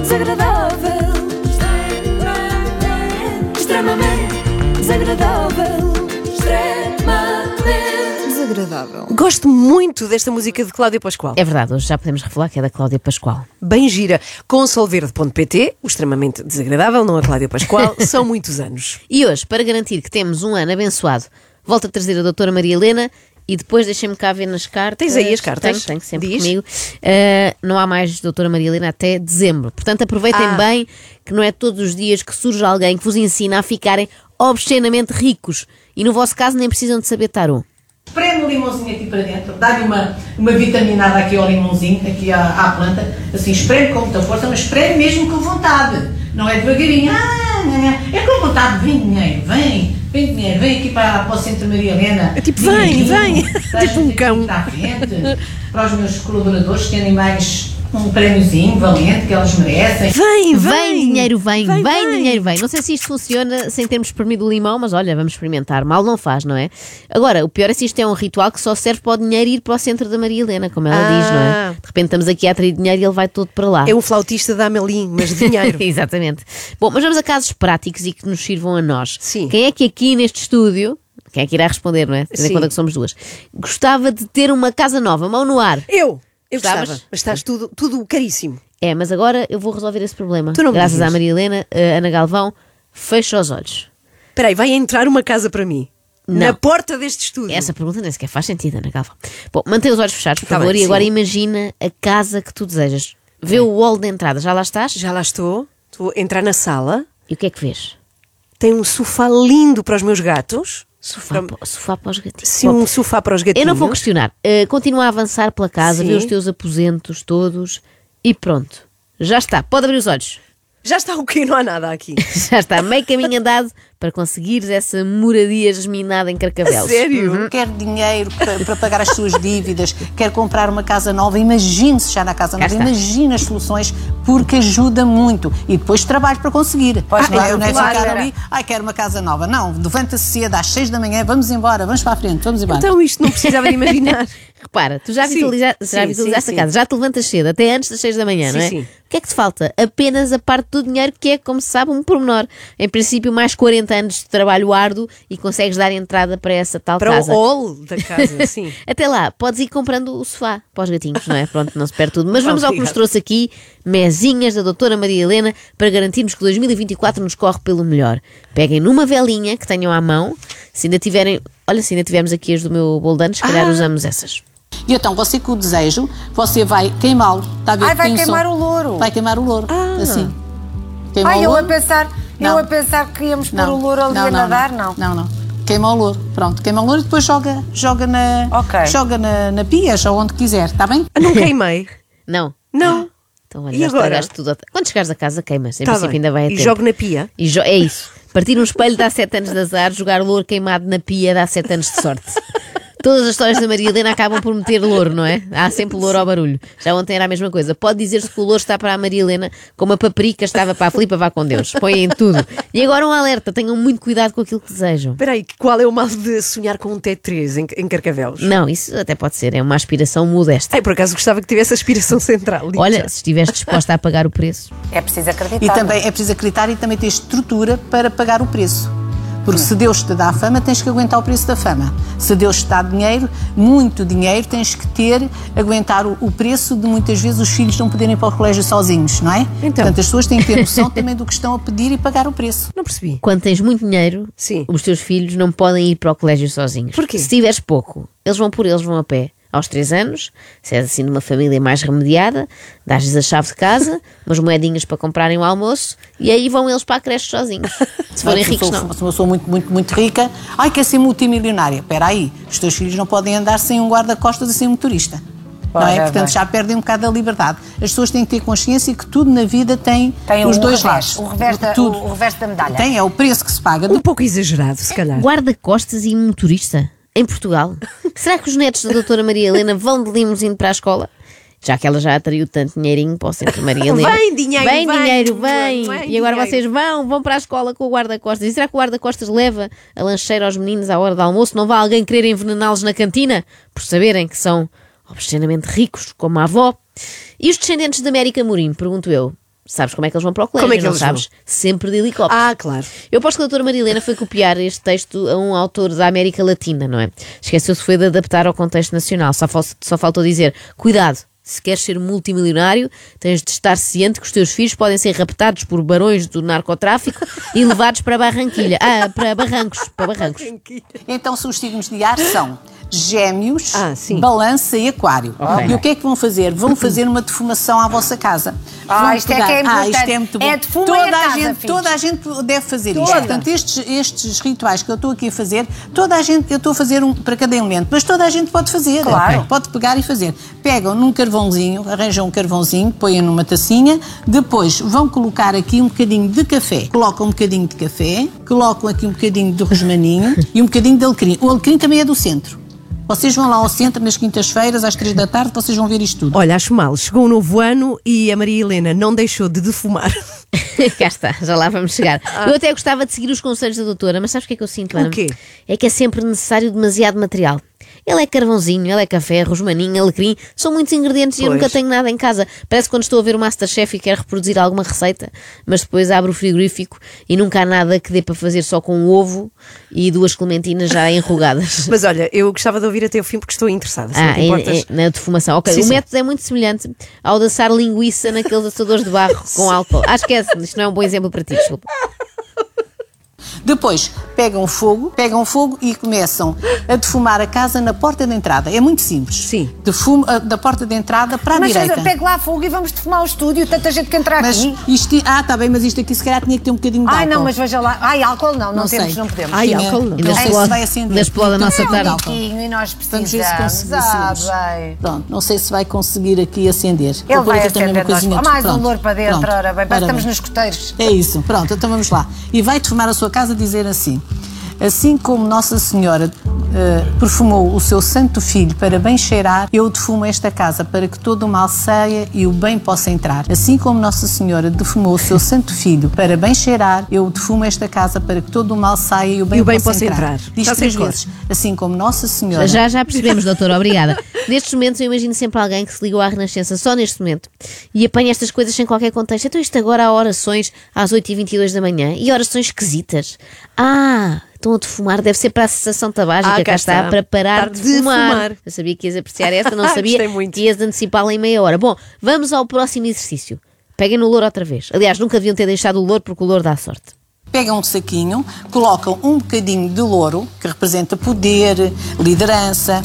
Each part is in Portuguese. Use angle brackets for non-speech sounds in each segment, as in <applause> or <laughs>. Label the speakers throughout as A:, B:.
A: desagradável. Extremamente desagradável. Extremamente desagradável.
B: Gosto muito desta música de Cláudia Pascoal.
C: É verdade, hoje já podemos revelar que é da Cláudia Pascoal.
B: Bem gira. Com solverde.pt, o extremamente desagradável, não a Cláudia
C: <laughs>
B: Pascoal, são muitos anos.
C: E hoje, para garantir que temos um ano abençoado, volto a trazer a doutora Maria Helena e depois deixem-me cá ver nas cartas.
B: Tens aí as cartas?
C: Tenho, tenho sempre
B: Diz.
C: comigo. Ah, não há mais doutora Maria Helena até dezembro. Portanto, aproveitem
B: Ah.
C: bem que não é todos os dias que surge alguém que vos ensina a ficarem obscenamente ricos. E no vosso caso nem precisam de saber tarô.
D: Prende o limãozinho aqui para dentro, dá-lhe uma, uma vitaminada aqui ao limãozinho, aqui à, à planta, assim, espreme com muita força, mas espreme mesmo com vontade, não é devagarinho, ah, nhá, nhá. é com vontade, vem dinheiro, vem, vem dinheiro, vem aqui para, para o Centro Maria Helena.
B: É tipo, vem,
D: Dinheirinho,
B: vem. <laughs>
D: traz
B: Tipo um
D: aqui
B: cão.
D: Para a frente, para os meus colaboradores terem mais um prémiozinho valente que eles merecem.
B: Vem, vem!
C: Vem, dinheiro, vem, vem, dinheiro, vem. Não sei se isto funciona sem termos espremido o limão, mas olha, vamos experimentar. Mal não faz, não é? Agora, o pior é se isto é um ritual que só serve para o dinheiro ir para o centro da Maria Helena, como ela diz, não
B: Ah.
C: é? De repente estamos aqui a atrair dinheiro e ele vai todo para lá.
B: É um flautista da Amelim, mas
C: <laughs>
B: dinheiro.
C: Exatamente. Bom, mas vamos a casos práticos e que nos sirvam a nós.
B: Sim.
C: Quem é que aqui neste estúdio, quem é que irá responder, não é? Tendo
B: Sim.
C: em conta que somos duas, gostava de ter uma casa nova, mão no ar.
B: Eu! Eu
C: Gostavas?
B: gostava. Mas estás tudo, tudo caríssimo.
C: É, mas agora eu vou resolver esse problema.
B: Tu não me
C: Graças
B: dizes.
C: à Maria Helena, a Ana Galvão, fecha os olhos.
B: Espera aí, vai entrar uma casa para mim. Na porta deste estúdio.
C: Essa pergunta nem sequer faz sentido, Ana Galvão. Bom, mantém os olhos fechados, por
B: Tá
C: favor,
B: bem,
C: e agora
B: sim.
C: imagina a casa que tu desejas. Vê o wall de entrada, já lá estás?
B: Já lá estou. Estou a entrar na sala.
C: E o que é que vês?
B: Tem um sofá lindo para os meus gatos.
C: Sofá, pa- sofá para os gatinhos.
B: Sim,
C: Bom,
B: um sofá para os gatinhos.
C: Eu não vou questionar. Eh, continua a avançar pela casa,
B: Sim.
C: vê os teus aposentos todos e pronto. Já está, pode abrir os olhos. <laughs>
B: Já está o quê? Não há nada aqui.
C: Já está, meio caminho andado para conseguires essa moradia esminada em Carcavelos.
B: Sério?
C: Uhum.
E: Hum?
D: Quer dinheiro para, para pagar as suas dívidas, quer comprar uma casa nova, imagine-se já na casa
C: Cá
D: nova,
C: está.
D: imagine as soluções, porque ajuda muito. E depois trabalho para conseguir. Pois
B: claro,
D: não é
B: claro,
D: ficar
B: era.
D: ali, ai, quero uma casa nova. Não, levanta-se cedo às seis da manhã, vamos embora, vamos para a frente, vamos embora.
B: Então isto não precisava de imaginar.
C: Repara, tu já
B: Sim.
C: vitaliza-
B: Sim,
C: já vitalizaste
B: sim,
C: a casa, já te levantas cedo, até antes das 6 da manhã,
B: Sim,
C: não é?
B: sim.
C: O que é que te falta? Apenas a parte do dinheiro, que é, como se sabe, um pormenor. Em princípio, mais 40 anos de trabalho árduo e consegues dar entrada para essa
B: <laughs>
C: tal
B: Para
C: casa.
B: o
C: <laughs>
B: hall da casa, sim.
C: Até lá, podes ir comprando o sofá para os gatinhos, não é? Pronto, não se perde tudo. Mas vamos ao que nos
B: Obrigada.
C: trouxe aqui, mezinhas da doutora Maria Helena, para garantirmos que 2024 nos corre pelo melhor. Peguem numa velinha que tenham à mão, se ainda tiverem... Olha, se ainda tivermos aqui as do meu bolo de anos, se
B: Ah.
C: calhar usamos essas.
D: E então, você com o desejo, você vai queimá-lo. Está a ver?
E: Ai, vai
D: Tem um som.
E: queimar o louro. Ah.
D: Vai queimar o louro. Assim. Queima
E: Ai,
D: o
E: eu a
D: louro.
E: pensar, eu
D: Não.
E: a pensar que íamos pôr o louro ali a nadar, não.
D: Não, não. Queima o louro. Pronto, queima o louro e depois joga, joga na,
E: Ok.
D: joga na, na pia, ou onde quiser, está bem?
B: Ah, Não queimei.
C: Não.
B: Não.
C: Então, olha,
B: E
C: já
B: agora?
C: estragaste tudo. ao- Quando chegares a casa, queimas. Em
B: Tá
C: princípio,
B: bem.
C: ainda vai a
B: E
C: tempo.
B: jogo na pia.
C: E jo- É isso. Partir um espelho dá 7 anos de azar, jogar louro queimado na pia dá 7 anos de sorte. Todas as histórias da Maria Helena acabam por meter louro, não é? Há sempre louro ao barulho. Já ontem era a mesma coisa. Pode dizer-se que o louro está para a Maria Helena, como a paprika estava para a Filipa, vá com Deus. Põem em tudo. E agora um alerta: tenham muito cuidado com aquilo que desejam.
B: Espera aí, qual é o mal de sonhar com um T3 em, em Carcavelos?
C: Não, isso até pode ser. É uma aspiração modesta.
B: Ai, por acaso gostava que tivesse aspiração central. digo
C: Olha,
B: já.
C: se estiveres disposta a pagar o preço.
E: É preciso acreditar.
D: E
E: não é?
D: também é preciso acreditar e também ter estrutura para pagar o preço. Porque se Deus te dá a fama, tens que aguentar o preço da fama. Se Deus te dá dinheiro, muito dinheiro, tens que ter, aguentar o, o preço de muitas vezes os filhos não poderem ir para o colégio sozinhos, não é?
B: Então.
D: Portanto, as pessoas têm
E: <laughs>
D: que ter noção também do que estão a pedir e pagar o preço.
B: Não percebi.
C: quando tens muito dinheiro,
B: Sim.
C: os teus filhos não podem ir para o colégio sozinhos.
B: Porquê?
C: Se tiveres pouco, eles vão por eles, vão a pé. Aos três anos, se és assim de uma família mais remediada, dás-lhes a chave de casa, <laughs> umas moedinhas para comprarem o almoço e aí vão eles para a
B: <laughs>
C: creche sozinhos. Se forem
D: se
C: ricos,
D: eu sou-
C: não.
D: Se eu sou muito, muito, muito rica, ai, quer ser multimilionária. Espera aí, os teus filhos não podem andar sem um guarda-costas e sem um motorista. não é?
E: Ora
D: Portanto,
E: bem.
D: já perdem um bocado da liberdade. As pessoas têm que ter consciência que tudo na vida tem,
E: Tem
D: os
E: o
D: dois
E: revés,
D: lados.
E: o revés da-
D: tudo.
E: o- o revés da medalha.
D: Tem, é o preço que se paga.
B: Um pouco exagerado, se calhar.
C: Guarda-costas e motorista em
B: <laughs>
C: Portugal? Será que os netos da doutora Maria Helena vão de limusine para a escola? Já que ela já atraiu tanto dinheirinho para o centro Maria Helena.
B: Vem, dinheiro,
C: vem!
B: vem,
C: dinheiro,
B: vem,
C: vem! e agora
B: dinheiro.
C: vocês vão, vão para a escola com o guarda-costas. E será que o guarda-costas leva a lancheira aos meninos à hora do almoço? Não vai alguém querer envenená-los na cantina por saberem que são obscenamente ricos, como a avó? E os descendentes de América Mourinho, pergunto eu, Sabes como é que eles vão para o colégio,
B: Como é que
C: não
B: eles
C: sabes? Sempre de helicóptero.
B: Ah, claro.
C: Eu aposto que a doutora Marilena foi copiar este texto a um autor da América Latina, não é? Esqueceu-se foi de adaptar ao contexto nacional. Só, fal- só faltou dizer, cuidado, se queres ser multimilionário, tens de estar ciente que os teus filhos podem ser raptados por barões do narcotráfico e levados para Barranquilha. Ah, para Barrancos, para Barrancos.
D: Então, se os signos de ar são gêmeos,
B: Ah, sim.
D: balança e aquário.
C: Ok.
D: E o que é que vão fazer? Vão fazer uma defumação à vossa casa.
E: Ah,
D: Vão
E: isto é que é
D: Ah, isto
E: importante.
D: é muito bom.
E: É defumar
D: toda,
E: a casa,
D: gente,
E: filhos.
D: toda a gente deve fazer isto. Portanto, estes, estes rituais que eu estou aqui a fazer, toda a gente, eu estou a fazer um para cada elemento, mas toda a gente pode fazer.
E: Claro.
D: Ok. Pode pegar e fazer. Pegam num carvãozinho, arranjam um carvãozinho, põem numa tacinha, depois vão colocar aqui um bocadinho de café. Colocam um bocadinho de café, colocam aqui um bocadinho de rosmaninho e um bocadinho de alecrim. O alecrim também é do centro. Vocês vão lá ao centro nas quintas-feiras, às três da tarde, vocês vão ver isto tudo.
B: Olha, acho mal. Chegou um novo ano e a Maria Helena não deixou de defumar. <laughs>
C: <laughs> Cá está, já lá vamos chegar. Eu até gostava de seguir os conselhos da doutora, mas sabes o que é que eu sinto, Ana?
B: Ah. O quê?
C: É que é sempre necessário demasiado material. Ele é carvãozinho, ele é café, rosmaninho, alecrim, são muitos ingredientes e eu
B: Pois.
C: nunca tenho nada em casa. Parece que quando estou a ver o Masterchef e quero reproduzir alguma receita, mas depois abro o frigorífico e nunca há nada que dê para fazer só com um ovo e duas clementinas
B: <laughs>
C: já enrugadas.
B: Mas olha, eu gostava de ouvir até o fim porque estou interessada. Se não
C: Ah,
B: te
C: é-
B: importas.
C: é- na defumação. Ok,
B: Sim,
C: o
B: sim.
C: método é muito semelhante ao dançar linguiça naqueles assadores
B: <laughs>
C: de barro com álcool. Ah, esquece, isto não é um bom exemplo para ti, desculpa.
D: Depois pegam fogo, pegam fogo e começam a defumar a casa na porta de entrada. É muito simples.
B: Sim.
D: Defumo ah, da porta de entrada para a
E: Mas
D: direita.
E: eu pego lá fogo e vamos defumar o estúdio, tanta gente que entra
D: Mas
E: aqui.
D: isto, ah, está bem, mas isto aqui se calhar tinha que ter um bocadinho de
E: Ai não,
D: álcool.
E: mas veja lá. Ai, álcool não, não,
D: Não
E: temos,
D: sei.
E: não podemos.
B: Ai,
D: Tinha-
B: álcool não.
D: Não sei se vai
C: da
D: acender.
C: explode a nossa
D: Então,
E: é um
C: tarde.
E: pouquinho e nós
D: Vamos ver se
E: precisamos.
D: conseguimos.
E: Ah, bem.
D: Pronto, não sei se vai conseguir aqui acender.
E: Ele
D: Procura
E: vai
D: aqui também uma
E: acender nós.
D: coisinha de-
E: Mais um
D: pronto,
E: louro para dentro,
D: pronto.
E: ora bem, parece que estamos nos escoteiros.
D: É isso, pronto, então vamos lá. E vai defumar a sua casa dizer assim: Assim como Nossa Senhora eh, perfumou o seu santo filho para bem cheirar, eu defumo esta casa para que todo o mal saia e o bem possa entrar. Assim como Nossa Senhora defumou o seu santo filho para bem cheirar, eu defumo esta casa para que todo o mal saia e o bem,
B: E o bem
D: possa,
B: possa
D: entrar.
B: entrar.
D: Diz
B: Já sei
D: três
B: cor.
D: vezes. Assim como Nossa Senhora.
C: Já, já percebemos, doutora, obrigada. Nestes momentos eu imagino sempre alguém que se ligou à Renascença só neste momento e apanha estas coisas sem qualquer contexto. Então isto agora há orações às 8h22 da manhã e orações esquisitas. Ah, estão a defumar, deve ser para a cessação tabágica,
B: Ah,
C: cá,
B: cá
C: está,
B: está.
C: para parar
B: Parar
C: de,
B: de
C: fumar.
B: fumar.
C: Eu sabia que ias apreciar essa,
B: <laughs>
C: não
B: Gostei
C: sabia
B: muito.
C: que ias antecipá-la em meia hora. Bom, vamos ao próximo exercício. Peguem no louro outra vez. Aliás, nunca deviam ter deixado o louro porque o louro dá sorte.
D: Pegam um saquinho, colocam um bocadinho de louro, que representa poder, liderança,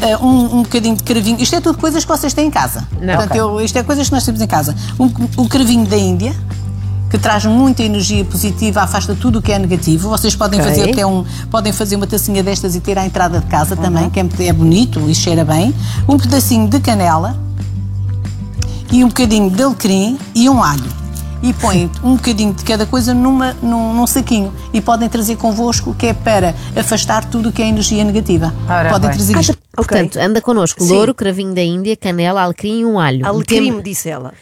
D: eh, um, um bocadinho de cravinho. Isto é tudo coisas que vocês têm em casa.
C: Não,
D: Portanto,
C: ok.
D: eu- isto é coisas que nós temos em casa. Um, um cravinho da Índia, que traz muita energia positiva, afasta tudo o que é negativo. Vocês podem
B: Ok.
D: fazer até um, podem fazer uma tacinha destas e ter à entrada de casa
C: Uhum.
D: também, que é, é bonito e cheira bem. Um pedacinho de canela e um bocadinho de alecrim e um alho. E põem um bocadinho de cada coisa numa, num, num saquinho. E podem trazer convosco, que é para afastar tudo o que é energia negativa.
E: Ora
D: podem
E: bem.
D: trazer isto.
B: Ok.
C: Portanto, ah, anda connosco.
B: Sim.
C: Louro, cravinho da Índia, canela, alecrim e um alho.
B: Alecrim, disse ela.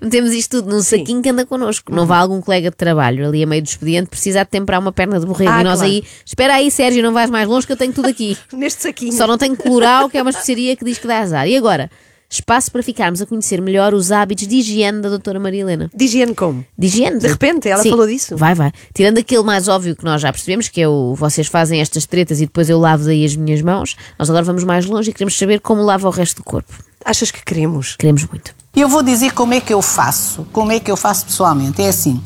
C: Metemos isto tudo num saquinho que anda connosco.
B: Uhum.
C: Não vá algum colega de trabalho ali a meio do expediente, precisa de temperar uma perna de borrego.
B: Ah,
C: e nós
B: claro.
C: aí, espera aí, Sérgio, não vais mais longe que eu tenho
B: <laughs>
C: tudo aqui.
B: Neste saquinho.
C: Só não tenho cloral, que é uma especiaria que diz que dá azar. E agora? Espaço para ficarmos a conhecer melhor os hábitos de higiene da doutora Maria Helena.
B: De higiene como?
C: De higiene.
B: De repente, ela
C: Sim.
B: falou disso?
C: Vai, vai. Tirando aquele mais óbvio que nós já percebemos, que é o vocês fazem estas tretas e depois eu lavo daí as minhas mãos, nós agora vamos mais longe e queremos saber como lava o resto do corpo.
B: Achas que queremos?
C: Queremos muito.
D: Eu vou dizer como é que eu faço, como é que eu faço pessoalmente. É assim,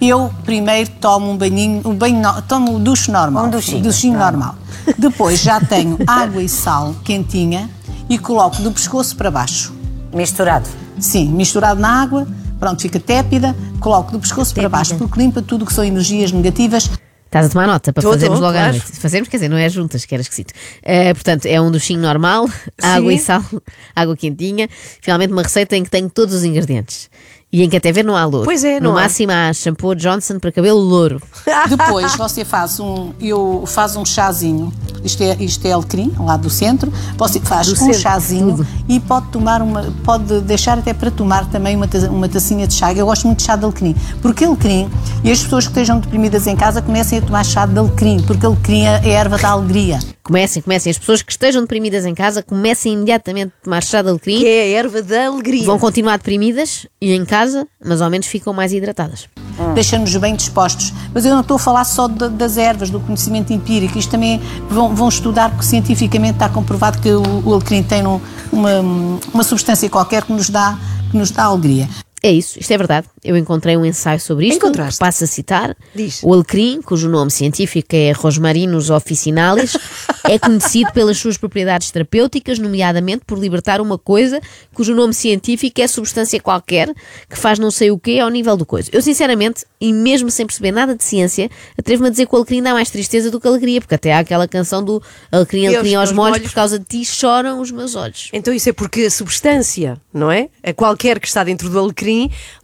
D: eu primeiro tomo um banhinho, um banho, no- tomo o duche normal.
E: Um duchinho.
D: normal. Depois já tenho água e sal quentinha e coloco do pescoço para baixo.
E: Misturado.
D: Sim, misturado na água, pronto, fica tépida, coloco do pescoço para baixo, porque limpa tudo o que são energias negativas.
C: Estás a tomar nota para
B: Tô,
C: fazermos
B: tô,
C: logo à
B: claro.
C: noite. Fazermos, quer dizer, não é juntas, que era esquisito. Eh, portanto, é um duchinho normal, água e sal, <laughs> água quentinha. Finalmente, uma receita em que tenho todos os ingredientes. E em que até ver não há louro.
B: Pois é, não
C: No
B: há.
C: máximo há shampoo Johnson para
B: <laughs>
C: cabelo louro.
D: Depois você faz um, eu faz um chazinho. Isto é, isto é alecrim, lá do centro. Você faz um chazinho e pode tomar uma, pode deixar até para tomar também uma, ta- uma tacinha de chá. Eu gosto muito de chá de alecrim, porque alecrim, e as pessoas que estejam deprimidas em casa comecem a tomar chá de alecrim, porque alecrim é a erva da alegria.
C: Comecem, comecem. As pessoas que estejam deprimidas em casa comecem imediatamente a tomar chá de alecrim.
B: Que é a erva da alegria.
C: Vão continuar deprimidas e em casa, mas ao menos ficam mais hidratadas.
D: deixa-nos bem dispostos. Mas eu não estou a falar só da- das ervas, do conhecimento empírico. Isto também vão, vão estudar, porque cientificamente está comprovado que o, o alecrim tem um- uma, uma substância qualquer que nos dá, que nos dá alegria.
C: É isso, isto é verdade. Eu encontrei um ensaio sobre isto.
B: Encontraste?
C: que Passo a citar.
B: Diz.
C: O alecrim, cujo nome científico é Rosmarinus officinalis, é conhecido pelas suas propriedades terapêuticas, nomeadamente por libertar uma coisa cujo nome científico é substância qualquer que faz não sei o quê ao nível do coisa. Eu, sinceramente, e mesmo sem perceber nada de ciência, atrevo-me a dizer que o alecrim dá mais tristeza do que alegria, porque até há aquela canção do alecrim,
B: Deus,
C: alecrim aos
B: meus
C: molhos,
B: molhos.
C: por causa de ti choram os meus olhos.
B: Então isso é porque a substância, não é? A qualquer que está dentro do alecrim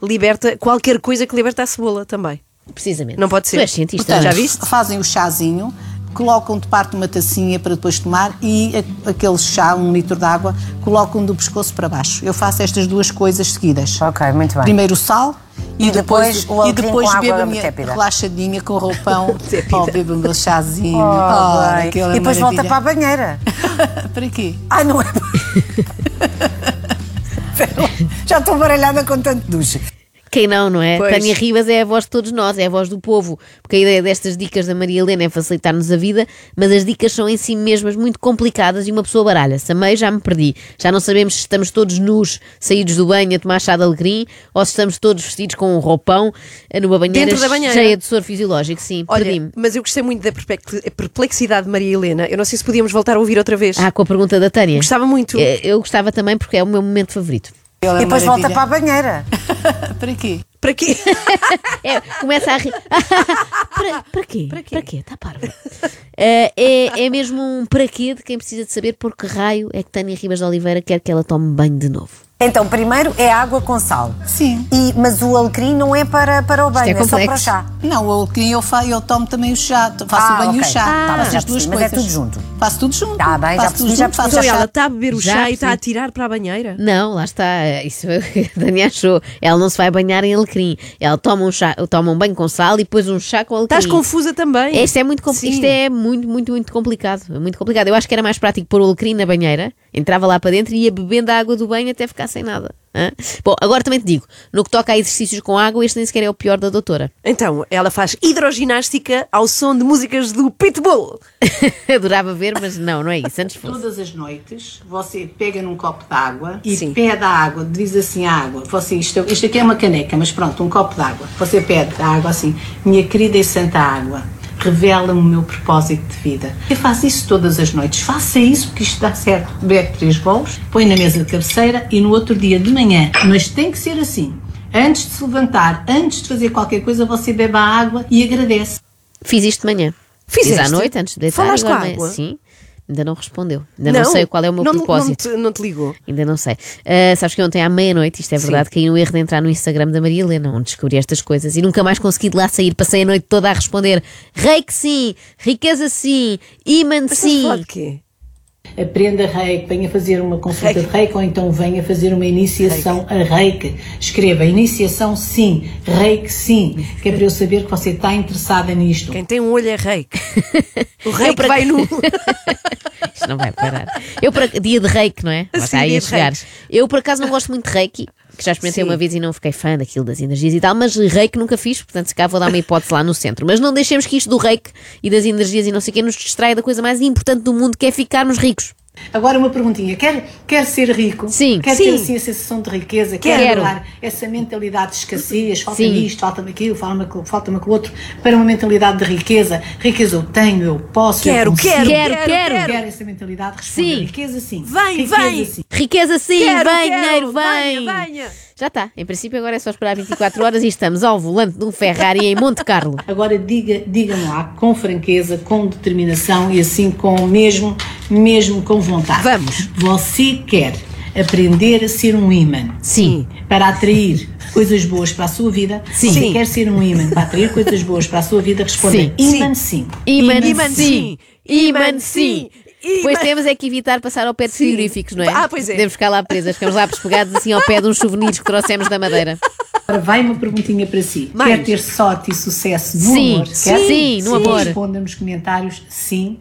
B: liberta qualquer coisa que liberta a cebola também.
C: Precisamente.
B: Não pode ser.
C: Tu és cientista,
B: Portanto,
C: não é?
B: já viste?
D: Fazem o chazinho, colocam de parte uma tacinha para depois tomar e a- aquele chá, um litro de água, colocam do pescoço para baixo. Eu faço estas duas coisas seguidas.
E: Ok, muito bem.
D: Primeiro o sal. E,
E: E depois o
D: e
E: alecrim
D: depois
E: com água
D: bebo a minha
E: tépida.
D: relaxadinha com o
E: <laughs>
D: roupão. oh, bebo o meu chazinho.
E: Oh,
D: Ora,
E: bem.
D: Ah, aquela
E: e depois volta para a
D: maravilha. <laughs>
E: banheira.
D: para quê?
E: Ai, não é. Espera lá, Já estou baralhada com tanto duche.
C: Quem não, não é?
B: Pois.
C: Tânia Rivas é a voz de todos nós, é a voz do povo. Porque a ideia destas dicas da Maria Helena é facilitar-nos a vida, mas as dicas são em si mesmas muito complicadas e uma pessoa baralha-se. A meio já me perdi. Já não sabemos se estamos todos nus, saídos do banho a tomar chá de alegrim, ou se estamos todos vestidos com um roupão eh, numa banheira,
B: Dentro da banheira.
C: cheia de soro fisiológico. Sim, perdi-me.
B: Olha, mas eu gostei muito da perpec- perplexidade de Maria Helena. Eu não sei se podíamos voltar a ouvir outra vez.
C: Ah, com a pergunta da Tânia.
B: Gostava muito.
C: Eh, Eu gostava também porque é o meu momento favorito.
D: Aquela
E: E depois volta para
D: É maravilha.
E: a banheira.
D: Para quê?
B: Para quê?
C: É, começa a rir. <laughs> para, para quê? Para quê? Está parvo. Eh, é, é mesmo um para quê de quem precisa de saber por que raio é que Tânia Ribas de Oliveira quer que ela tome banho de novo.
E: Então, primeiro é água com sal.
D: Sim.
E: E, mas o alecrim não é para, para o
C: é
E: banho, é, só para o
C: complexo.
E: chá.
D: Não, o alecrim eu, fa- eu tomo também o chá, t- faço
E: Ah,
D: o banho e o
E: ok.
D: chá,
E: Ah,
D: faço
E: já
D: as duas
E: percebi, mas é
D: coisas.
E: tudo junto.
D: Faço tudo junto.
E: Tá bem, já
D: faço
E: percebi,
D: tudo
E: já
D: junto, faço
E: percebi.
B: Então
E: Já
D: o chá.
B: ela está a beber o
C: <laughs> Já
B: chá e está a
C: percebi.
B: tirar para a banheira?
C: Não, lá está. eh, Isso <laughs> é o que a Tânia achou. Ela não se vai banhar em alecrim. Ela toma um, chá, toma um banho com sal e depois um chá com alecrim.
B: Estás confusa também.
C: Isto é, muito compl-
B: Sim.
C: isto é muito, muito, muito complicado. É muito complicado. Eu acho que era mais prático pôr o alecrim na banheira, entrava lá para dentro e ia bebendo a água do banho até ficar sem nada. hã? Bom, agora também te digo: no que toca a exercícios com água, este nem sequer é o pior da doutora. <laughs>
B: Então, ela faz hidroginástica ao som de músicas do Pitbull.
C: Adorava ver, mas não, não é isso. Antes fosse.
F: Todas as noites você pega num copo d'água e
B: Sim.
F: pede a água, diz assim a água, você, isto, isto aqui é uma caneca, mas pronto, um copo d'água. Você pede a água assim, minha querida e santa água, revela-me o meu propósito de vida. Eu faço isso todas as noites, faça isso porque isto dá certo. Bebe três bolos, põe na mesa de cabeceira e no outro dia de manhã, mas tem que ser assim. Antes de se levantar, antes de fazer qualquer coisa, você bebe a água e agradece.
C: Fiz isto de manhã. Fiz
B: Fizeste?
C: à noite, antes de deitar.
B: Falaste
C: agora
B: com a
C: de manhã-
B: água?
C: Sim, ainda não respondeu. Ainda não, sei qual é o meu
B: não-
C: propósito.
B: Não te, não te ligou.
C: Ainda não sei. Ah, sabes que ontem à meia-noite, isto é verdade, caí no erro de entrar no Instagram da Maria Helena, onde descobri estas coisas e nunca mais consegui de lá sair. Passei a noite toda a responder: reiki sim, riqueza sim, imã
B: Mas estás a falar
C: sim.
B: de quê?
F: Aprenda reiki, venha fazer uma consulta de reiki ou então venha fazer uma iniciação a reiki. Escreva iniciação sim, reiki sim, que é para eu saber que você está interessada nisto.
B: Quem tem um olho é
C: <laughs>
B: rei. O rei
C: Eu
B: que
C: para-
B: vai nu.
C: <laughs> Isto não vai parar. Eu, por ac- dia de reiki, não é? Lá
B: Sim,
C: está aí
B: dia
C: a
B: de
C: chegar.
B: reiki.
C: Eu, por acaso, não gosto muito de reiki, que já experimentei
B: Sim.
C: uma vez e não fiquei fã daquilo das energias e tal, mas reiki nunca fiz, portanto, se cá vou dar uma hipótese lá no centro. Mas não deixemos que isto do reiki e das energias e não sei o quê nos distraia da coisa mais importante do mundo, que é ficarmos ricos.
F: Agora uma perguntinha, quer, quer ser rico?
C: Sim.
F: Quer
B: Sim.
F: ter assim a sensação de riqueza? Quer
C: Quero.
F: mudar essa mentalidade de escassez, falta-me
C: Sim.
F: isto, falta-me aquilo, falta-me aquilo, falta-me aquilo outro, para uma mentalidade de riqueza? Riqueza eu tenho, eu posso,
B: <laughs> Quero,
F: eu consigo.
B: quero,
C: Quero,
B: quero,
C: quero.
B: quero.
F: Quero essa mentalidade, responda.
C: Sim.
F: Riqueza sim.
B: Vem,
F: riqueza,
B: vem.
F: Sim.
C: Riqueza sim,
B: Quero,
C: vem,
B: quero,
C: dinheiro, vem.
B: venha, venha.
C: Já está. Em princípio, agora é só esperar 24 horas e estamos ao volante de um Ferrari em Monte Carlo.
F: Agora diga, diga-me lá, com franqueza, com determinação e assim com mesmo, mesmo com vontade.
B: Vamos.
F: Você quer aprender a ser um imã
C: Sim.
F: para atrair coisas boas para a sua vida?
C: Sim.
F: Você
C: Sim.
F: quer ser um imã para atrair coisas boas para a sua vida? Responda
C: Sim.
F: imã sim.
C: Iman,
B: Iman,
C: sim.
B: sim.
C: Iman
B: Iman,
C: sim.
B: sim.
C: Pois
B: Iman.
C: temos é que evitar passar ao pé de
B: Sim.
C: frigoríficos, não é?
B: Ah, pois é.
C: Podemos ficar lá presas, ficamos lá pespegados assim ao pé de uns souvenirs que trouxemos da Madeira.
F: Agora vai uma perguntinha para si.
B: Mais.
F: Quer ter sorte e sucesso no
C: Sim.
F: amor?
C: Sim.
F: Quer?
C: Sim, no amor.
F: Responda nos comentários sim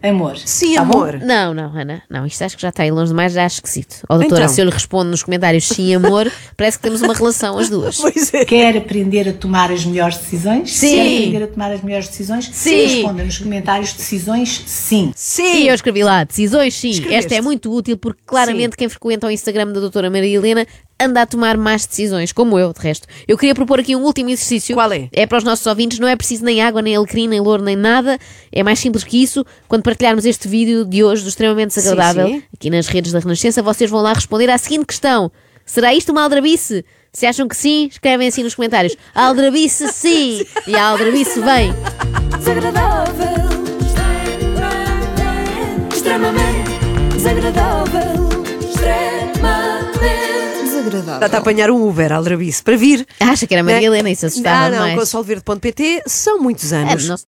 D: Amor.
B: Sim,
D: Tá bom?
B: amor.
C: Não, não, Ana, não, isto acho que já está aí longe demais, já acho esquisito. Ó, doutora,
B: Então.
C: se eu lhe respondo nos comentários sim, amor, parece que temos uma relação,
B: <laughs>
C: as duas.
B: Pois é.
D: Quer aprender a tomar as melhores decisões?
C: Sim.
D: Quer aprender a tomar as melhores decisões?
C: Sim.
D: Responda nos comentários decisões sim.
B: Sim.
C: E eu escrevi lá, decisões sim.
B: Escreveste.
C: Esta é muito útil porque claramente quem frequenta o Instagram da doutora Maria Helena anda a tomar más decisões, como eu, de resto. Eu queria propor aqui um último exercício.
B: Qual é?
C: É para os nossos ouvintes, não é preciso nem água, nem alecrim, nem louro, nem nada. É mais simples que isso. Quando partilharmos este vídeo de hoje do Extremamente Desagradável,
B: sim.
C: aqui nas redes da Renascença, vocês vão lá responder à seguinte questão. Será isto uma aldrabice? Se acham que sim, escrevem assim nos comentários. A aldrabice
B: <laughs>
C: sim! E a aldrabice vem!
A: desagradável. Extremamente desagradável. Extremamente desagradável.
B: Dá-te a apanhar um Uber, Aldrabice, para vir. né?
C: Acha que era a Maria Helena, isso assustava
B: Ah, não,
C: mais.
B: com solverde.pt são muitos anos.
C: É, não-